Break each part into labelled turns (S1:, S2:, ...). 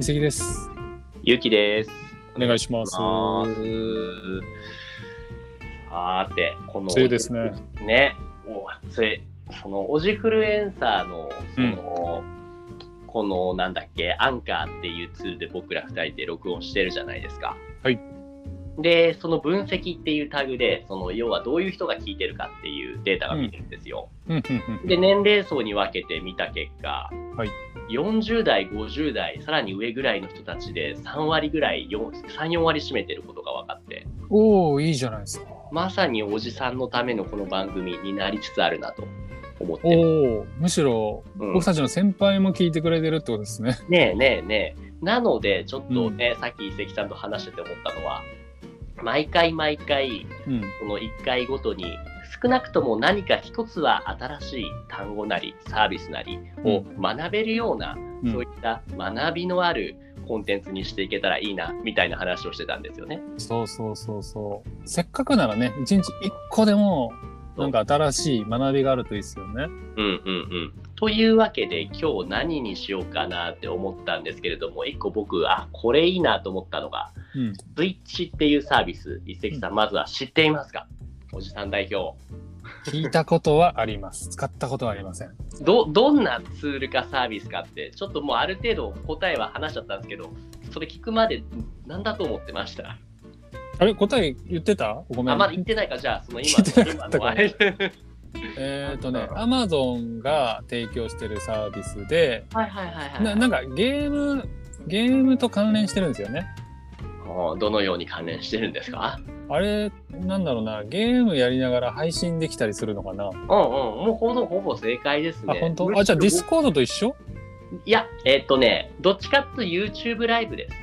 S1: 関です。
S2: ゆうきです。
S1: お願いします。
S2: ま
S1: 梅
S2: ーす。さて、この。
S1: 雨ですね。
S2: ね。お暑い。その、オジフルエンサーの、その、この、なんだっけ、アンカーっていうツールで僕ら二人で録音してるじゃないですか。
S1: はい。
S2: で、その分析っていうタグで、その、要はどういう人が聞いてるかっていうデータが見てるんですよ。
S1: うんうん
S2: で年齢層に分けて見た結果、
S1: はい
S2: 40代50代さらに上ぐらいの人たちで3割ぐらい34割占めてることが分かって
S1: うん。おおいいじゃないですか。
S2: まさにおじさんのためのこの番組になりつつあるなと思ってる、
S1: おおむしろ
S2: うん
S1: 僕たちの先輩も聞いてくれてるってことですね。
S2: ねえねえねえなのでちょっとね、さっき関さんと話してて思ったのは毎回毎回
S1: うん
S2: この1回ごとに少なくとも何か一つは新しい単語なりサービスなりを学べるような、
S1: うん
S2: そういった学びのあるコンテンツにしていけたらいいなみたいな話をしてたんですよね。
S1: そうそうそうそう。せっかくならね一日一個でもなんか新しい学びがあるといいですよね。
S2: うんうんうん、というわけで今日何にしようかなって思ったんですけれども一個僕あこれいいなと思ったのが
S1: うん。
S2: スイッチっていうサービス一石さんまずは知っていますかおじさん代表
S1: 聞いたことはあります。使ったことはありません。
S2: どどんなツールかサービスかってちょっともうある程度答えは話しちゃったんですけどそれ聞くまで何だと思ってました
S1: あれ答え言ってた？ごめ
S2: あ
S1: ん。
S2: まだ言ってないかじゃあその今
S1: 聞いてなか
S2: の今
S1: った
S2: の
S1: か
S2: あれ
S1: えっ、とね、アマゾンが提供してるサービスで、
S2: はいはいはいはい
S1: ななんかゲームゲームと関連してるんですよね。
S2: あーどのように関連してるんですか
S1: あれなんだろうなゲームやりながら配信できたりするのかな、
S2: うんうんもうほぼほぼ正解です
S1: あ
S2: ね
S1: 本当あじゃあディスコードと一緒
S2: いやえっとねどっちかっていうと YouTube ライブです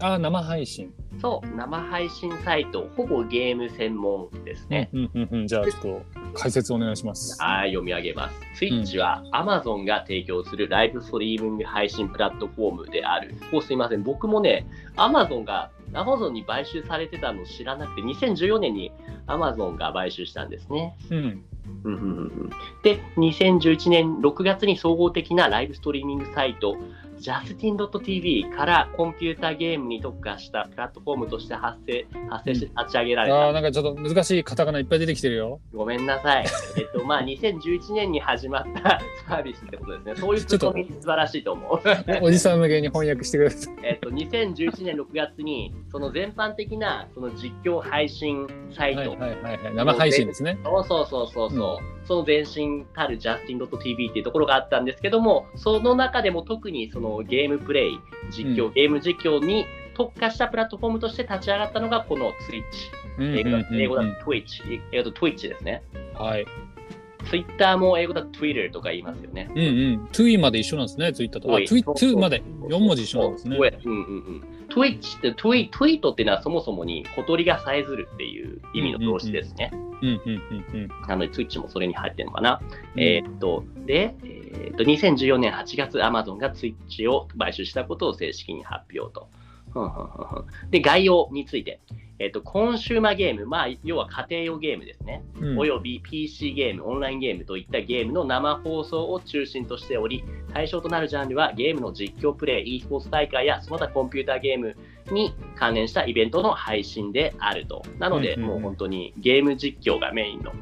S1: あ生配信
S2: そう生配信サイトほぼゲーム専門ですね、
S1: うんうんうんじゃあちょっと解説お願いします
S2: はい、読み上げます。スイッチは Amazon が提供するライブストリーミング配信プラットフォームである。おすいません、僕もね、Amazon が、Amazon に買収されてたの知らなくて、2014年に Amazon が買収したんですね。
S1: うん
S2: うんうんうんうんで、2011年6月に総合的なライブストリーミングサイト、justin.tv からコンピュータゲームに特化したプラットフォームとして発生発生して立ち上げら
S1: あ
S2: れた。
S1: ーなんかちょっと難しいカタカナいっぱい出てきてるよ
S2: ごめんなさい。えっと、まあ、2011年に始まったサービスってことですね。そういうツッコミ素晴らしいと思う。
S1: おじさん向けに翻訳してください
S2: えっと、2011年6月に、その全般的な、その実況配信サイ
S1: はい
S2: ト、
S1: はいはいはい生配信ですね
S2: そうそうそうそうそう、その前身たる Justin.tv っていうところがあったんですけども、その中でも特にそのゲームプレイ、実況、
S1: うん
S2: ゲーム実況に特化したプラットフォームとして立ち上がったのが、こ
S1: うんう
S2: の Twitch。
S1: ん
S2: 英
S1: う
S2: 語
S1: ん
S2: だ英語だ
S1: う
S2: と
S1: ん
S2: Twitch。英語だと Twitch ですね。
S1: はい
S2: ツイッターも英語だと Twitter とか言いますよね。
S1: うんうんトゥイまで一緒なんですねツイッターとあトゥイトゥイまで4文字一緒なんですね
S2: そううんうんうん。Twitch ってトゥイ、トゥイートっていうのはそもそもに小鳥がさえずるっていう意味の動詞ですね。
S1: うんうんうんうん
S2: なので Twitch もそれに入ってるのかな。えーっと、で、えーっと、2014年8月、Amazon が Twitch を買収したことを正式に発表と。ふんふんふんふんで、概要について。えーっと、コンシューマーゲーム、まあ、要は家庭用ゲームですね。
S1: うん
S2: および PC ゲーム、オンラインゲームといったゲームの生放送を中心としており、対象となるジャンルはゲームの実況プレイ、e スポーツ大会やその他コンピューターゲームに関連したイベントの配信であると。なので、
S1: うんうんうん
S2: もう本当にゲーム実況がメインの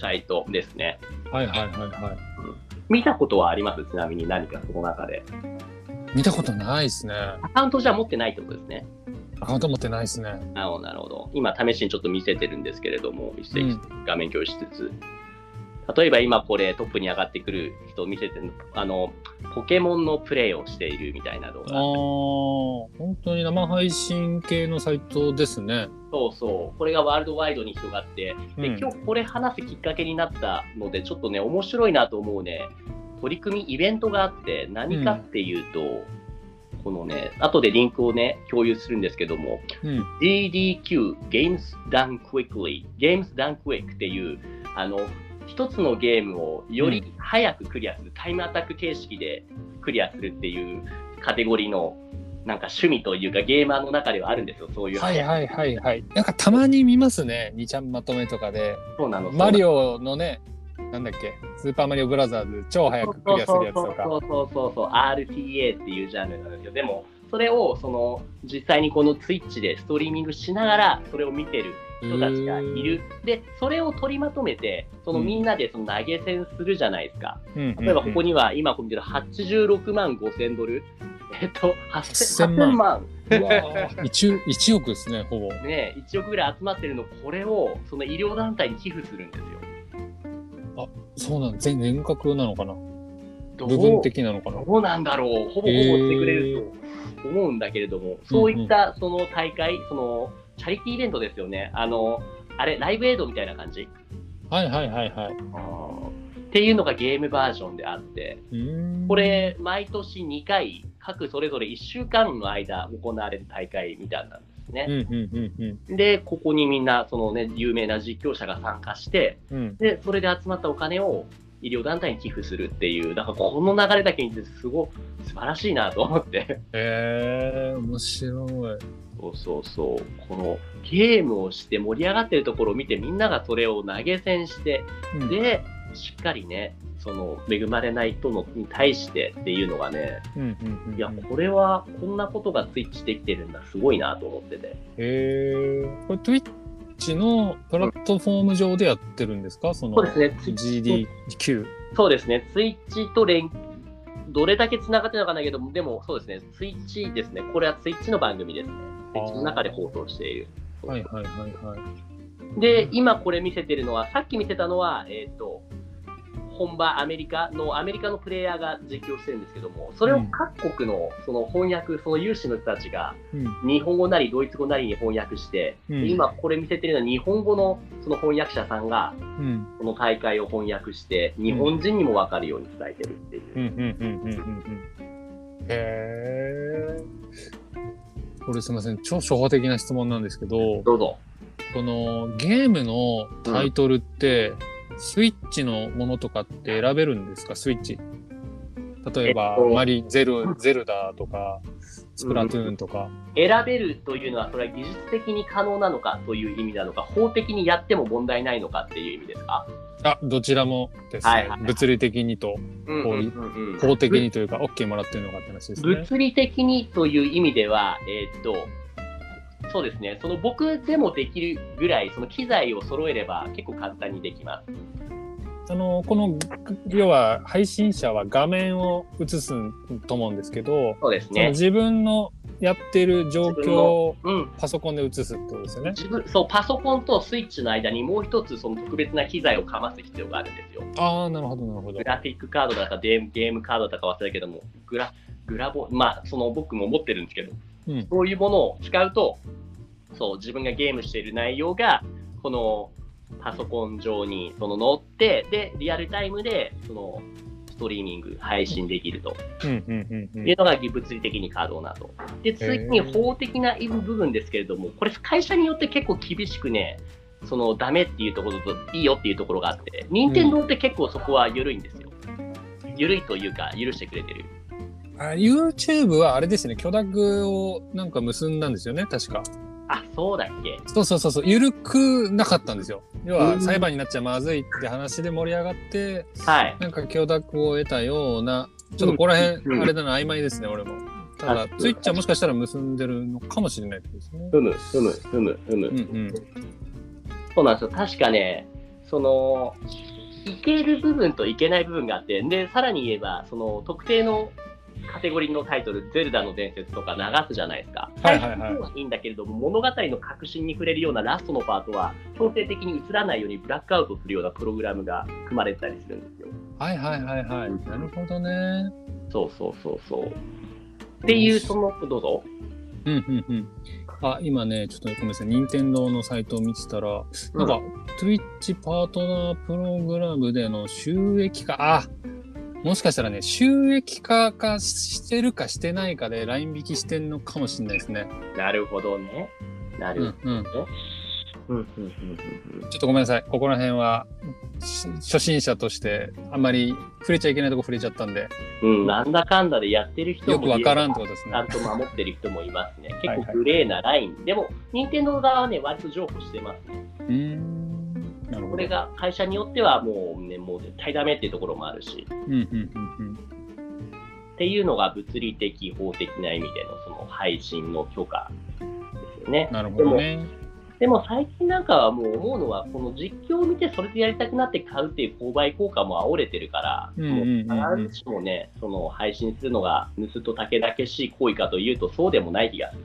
S2: サイトですね。
S1: はいはいはいは
S2: 見たことはありますちなみに何かその中で。
S1: い見たことないですね
S2: アカウントじゃ持ってないってことですね。
S1: アカウント持ってないですね
S2: なるほど、なるほど。今、試しにちょっと見せてるんですけれども、一
S1: う
S2: 席
S1: ん
S2: 画面共有しつつ、例えば今、これ、トップに上がってくる人を見せてるあの、ポケモンのプレイをしているみたいな動
S1: ああ
S2: 画。、
S1: 本当に生配信系のサイトですね。
S2: そうそう、これがワールドワイドに広がって、で
S1: うん
S2: 今日これ話すきっかけになったので、ちょっとね、面白いなと思うね、取り組み、イベントがあって、何かっていうと、このね、後でリンクをね、共有するんですけども、
S1: うん。
S2: DDQ Games Done Quickly Games Done Quick っていうあの一つのゲームをより早くクリアする、タイムアタック形式でクリアするっていうカテゴリーのなんか趣味というかゲーマーの中ではあるんですよそういう、
S1: はいはいはいはい。なんかたまに見ますね。2ちゃんまとめとかで。
S2: そうなの
S1: マリ
S2: オ
S1: オのね、なんだっけ、スーパーマリオブラザーズ超早くクリアするやつとか。
S2: そうそうそうそう RTA っていうジャンルなんですよでもそれをその実際にこの Twitch でストリーミングしながらそれを見てる人たちがいるでそれを取りまとめてそのみんなでその投げ銭するじゃないですか、
S1: うん。
S2: 例えばここ
S1: に。
S2: には今ここ見てる86万5000ドルえっと8000
S1: 8000万
S2: 万
S1: うわー一億一億ですね、ほぼ。
S2: ね1億ぐらい集まってるのこれをその医療団体に寄付するんですよ
S1: そうなの、全年額なのかな
S2: ど
S1: 部分的なのかな
S2: どうなんだろう、ほぼほぼしてくれると思うんだけれども、そういったその大会、そのチャリティーイベントですよね、あのあれ、ライブエイドみたいな感じ
S1: はいはいはいはい。
S2: っていうのがゲームバージョンであって、
S1: うーん
S2: こ、れ、毎年2回、各それぞれ1週間の間行われる大会みたいなんです
S1: うん
S2: ね。
S1: うんうんうん
S2: で、ここにみんな、そのね、有名な実況者が参加して、
S1: うん。
S2: で、それで集まったお金を医療団体に寄付するっていう、なんかこの流れだけにすごい素晴らしいなと思って。
S1: えー、面白い。
S2: そうそうそう。このゲームをして盛り上がってるところを見てみんながそれを投げ銭して、
S1: うん
S2: で、しっかりね、その恵まれない人のに対してっていうのがね、
S1: うんうんうんうん
S2: いや、これはこんなことがツイッチできてるんだ、すごいなと思ってて。
S1: へーこれ Twitch のプラットフォーム上でやってるんですかその
S2: そうですね、ツイッチ
S1: GDQ。
S2: そうですね、ツイッチと連、どれだけ繋がってるのかわかんないけど、でもそうですね、ツイッチですね、これはツイッチの番組ですね。ツイッチの中で放送している。
S1: はいはいはいはい。
S2: で、今これ見せてるのは、さっき見せたのは、えっ、と、本場アメリカの、アメリカのプレイヤーが実況してるんですけども、それを各国のその翻訳、その有志の人たちが、
S1: うん
S2: 日本語なりドイツ語なりに翻訳して、
S1: うん
S2: 今これ見せてるのは日本語のその翻訳者さんが、
S1: うん
S2: この大会を翻訳して、日本人にも分かるように伝えてるっていう。
S1: うんうんうんうんうんうん。へーこれすみません、超初歩的な質問なんですけど、
S2: どうぞ。
S1: このゲームのタイトルって、スイッチのものとかって選べるんですかスイッチ。例えば、
S2: えっと
S1: マリゼル、ゼルダとか、スプラトゥーンとか。
S2: 選べるというのは、それは技術的に可能なのかという意味なのか、法的にやっても問題ないのかっていう意味ですか、
S1: あ、どちらもですね。
S2: はいはいはい
S1: 物理的にと、
S2: うんうんうんうん
S1: 法的にというか、OK もらってるのかって話ですね。
S2: 物理的にという意味では、えーっと、そうですね、その僕でもできるぐらい、その機材を揃えれば結構簡単にできます。
S1: あの、この、要は、配信者は画面を映すと思うんですけど、
S2: そうです
S1: その
S2: ね。
S1: 自分のやってる状況を
S2: うん、
S1: パソコンで映すってことですよね。
S2: 自分そうパソコンとスイッチの間にもう一つその特別な機材をかます必要があるんですよ。
S1: ああ、なるほど、なるほど
S2: グ。ラフィックカードだかゲームゲームカードだか忘れたけども、グラグラボ、まあ、その僕も持ってるんですけど、
S1: うん
S2: そういうものを使うと、そう、自分がゲームしている内容が、このパソコン上にその載って、で、リアルタイムで、その、ストリーミング、配信できると
S1: うん、うん、うん、うん
S2: いうのが物理的に可能なと。で、次に
S1: へー
S2: 法的な部分ですけれども、これ、会社によって結構厳しくね、そのダメっていうところといいよっていうところがあって、任天堂って結構そこは緩いんですよ。緩いというか、許してくれてる。
S1: あ。YouTube はあれですね、許諾をなんか結んだんですよね、確か。
S2: あ、そうだっけ
S1: そうそうそうそう、緩くなかったんですよ。要
S2: う
S1: は、
S2: ん
S1: 裁判になっちゃまずいって話で盛り上がって、
S2: はい。
S1: なんか許諾を得たような、ちょっとここら
S2: うんう
S1: 辺、
S2: ん
S1: あれだな、曖昧ですね、俺も。ただ、
S2: あ
S1: ツイッチはもしかしたら結んでるのかもしれないってことですね。
S2: ふむ、ふむ、ふむ、ふむ。
S1: うんうん
S2: そうなんですよ。確かね、その、いける部分といけない部分があって、で、さらに言えば、その、特定のカテゴリーのタイトル、ゼルダの伝説とか流すじゃないですか。
S1: はいはいはい
S2: 最初の方いいんだけれども、物語の核心に触れるようなラストのパートは、強制的に映らないようにブラックアウトするようなプログラムが組まれてたりするんですよ。
S1: はいはいはいはい。なるほどね。
S2: そうそうそうそう。っていう、その、どうぞ。
S1: うんうんうん。あ、今ね、ちょっとごめんなさい。任天堂のサイトを見てたら、なんか、Twitch パートナープログラムでの収益化、あ、もしかしたらね、収益化かしてるかしてないかでライン引きしてんのかもしれないですね。
S2: なるほどね。な
S1: う
S2: る
S1: んうん。
S2: ほど。うんうんうんうんうん
S1: ちょっとごめんなさい。ここら辺は、し初心者として、あんまり触れちゃいけないとこ触れちゃったんで、
S2: うん、なんだかんだでやってる人も
S1: よくわからん
S2: い
S1: って
S2: れ
S1: こと
S2: ば
S1: です
S2: ち
S1: ね
S2: ゃ。んと守ってる人もいますね。
S1: はい
S2: 結構グレーなライン。でも、任天堂側はね、割と譲歩してますね。
S1: うーん。なるほど。
S2: これが会社によってはもう,、ね、もう絶対ダメっていうところもあるし、
S1: うんうんうん
S2: っていうのが物理的、法的な意味でのその配信の許可ですよね
S1: うん。。なるほどね。
S2: でも最近なんかはもう思うのは、この実況を見てそれでやりたくなって買うっていう購買効果も煽れてるから、
S1: うんうんうんうん
S2: もう必ずしもね、その配信するのが盗と竹々しい行為かというと、そうでもない気がする。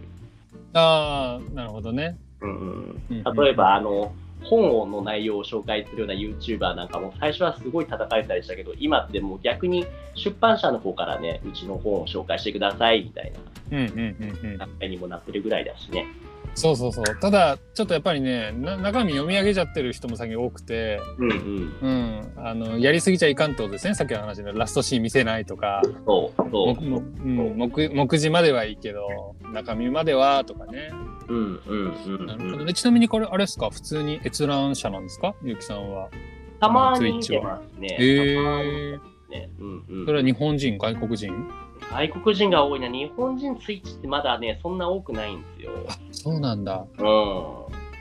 S1: ああ、なるほどね。
S2: うん
S1: うん
S2: うん、例えば、あの、本の内容を紹介するような YouTuber なんかも最初はすごい叩かれたりしたけど、今ってもう逆に出版社の方からね、うちの本を紹介してくださいみたい
S1: うんうんうんうん
S2: な、扱いにもなってるぐらいだしね。
S1: そうそうそう。ただ、ちょっとやっぱりね、な中身読み上げちゃってる人も最近多くて、
S2: うんうん。
S1: うん、あの、やりすぎちゃいかんってことですね。さっきの話のラストシーン見せないとか、
S2: そう、そ
S1: ももうん目目次まではいいけど、中身まではとかね。
S2: う。うんうんうん
S1: な
S2: う
S1: るほど
S2: ん。
S1: ね。ちなみにこれ、あれですか普通に閲覧者なんですかゆうきさんは。
S2: たまに見てますね。
S1: え
S2: たまに見
S1: ー、
S2: てますねうん
S1: そ
S2: うん
S1: れは日本人、外国人
S2: 外国人が多いな、日本人ツイッチってまだね、そんな多くないんで すよ。
S1: あ、そうなんだ。
S2: う
S1: へ
S2: ん。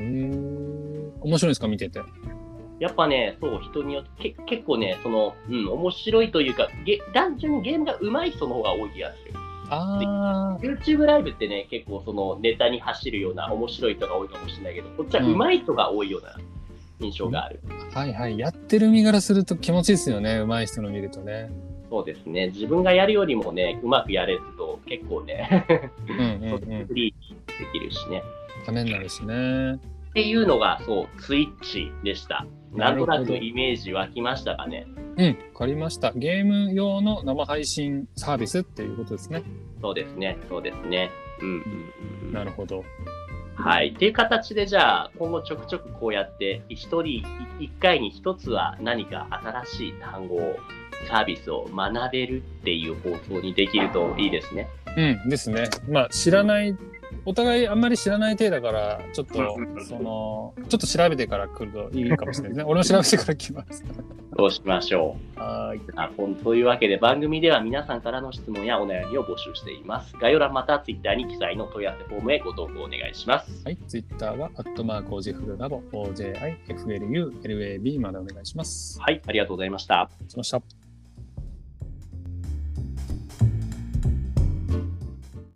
S1: ー面白いですか見てて。
S2: やっぱね、そう、人によって、け結構ね、その、うん、面白いというか、げ単純にゲームが上手い人の方が多い気がする。
S1: あ
S2: YouTube ライブってね、結構そのネタに走るような面白い人が多いかもしれないけど、こっちは上手い人が多いような印象がある。
S1: あ、はいはい。やってる身からすると気持ちいいですよね。上手い人の見るとね。
S2: そうですね、自分がやるよりもね、うまくやれると結構ね、
S1: うんうんう
S2: そっち
S1: ん。
S2: フリーに できるしね。
S1: ためになるしね。
S2: っていうのが、そう、ツイッチでした。なんとなくイメージ湧きましたかね。
S1: うん、わかりました。ゲーム用の生配信サービスっていうことですね。
S2: そうですね、そうですね。うんうんうんうん、
S1: なるほど。
S2: はい。っていう形で、じゃあ、今後ちょくちょくこうやって、一人、い一回に一つは何か新しい単語を、サービスを学べるっていう放送にできるといいですね。
S1: うん、ですね。まあ、知らない、お互いあんまり知らない体だから、ちょっと
S2: うんうん、
S1: その、ちょっと調べてから来るといいかもしれないですね。俺も調べてから来ます。
S2: どうしましょう。
S1: はーい。
S2: あほんというわけで、番組では皆さんからの質問やお悩みを募集しています。概要欄または Twitter に記載の問い合わせフォームへご投稿お願いします。
S1: はい、ツイッターは、アットマーク OG フルラボ、OJIFLULAB までお願いします。
S2: はい、ありがとうございました。
S1: しました。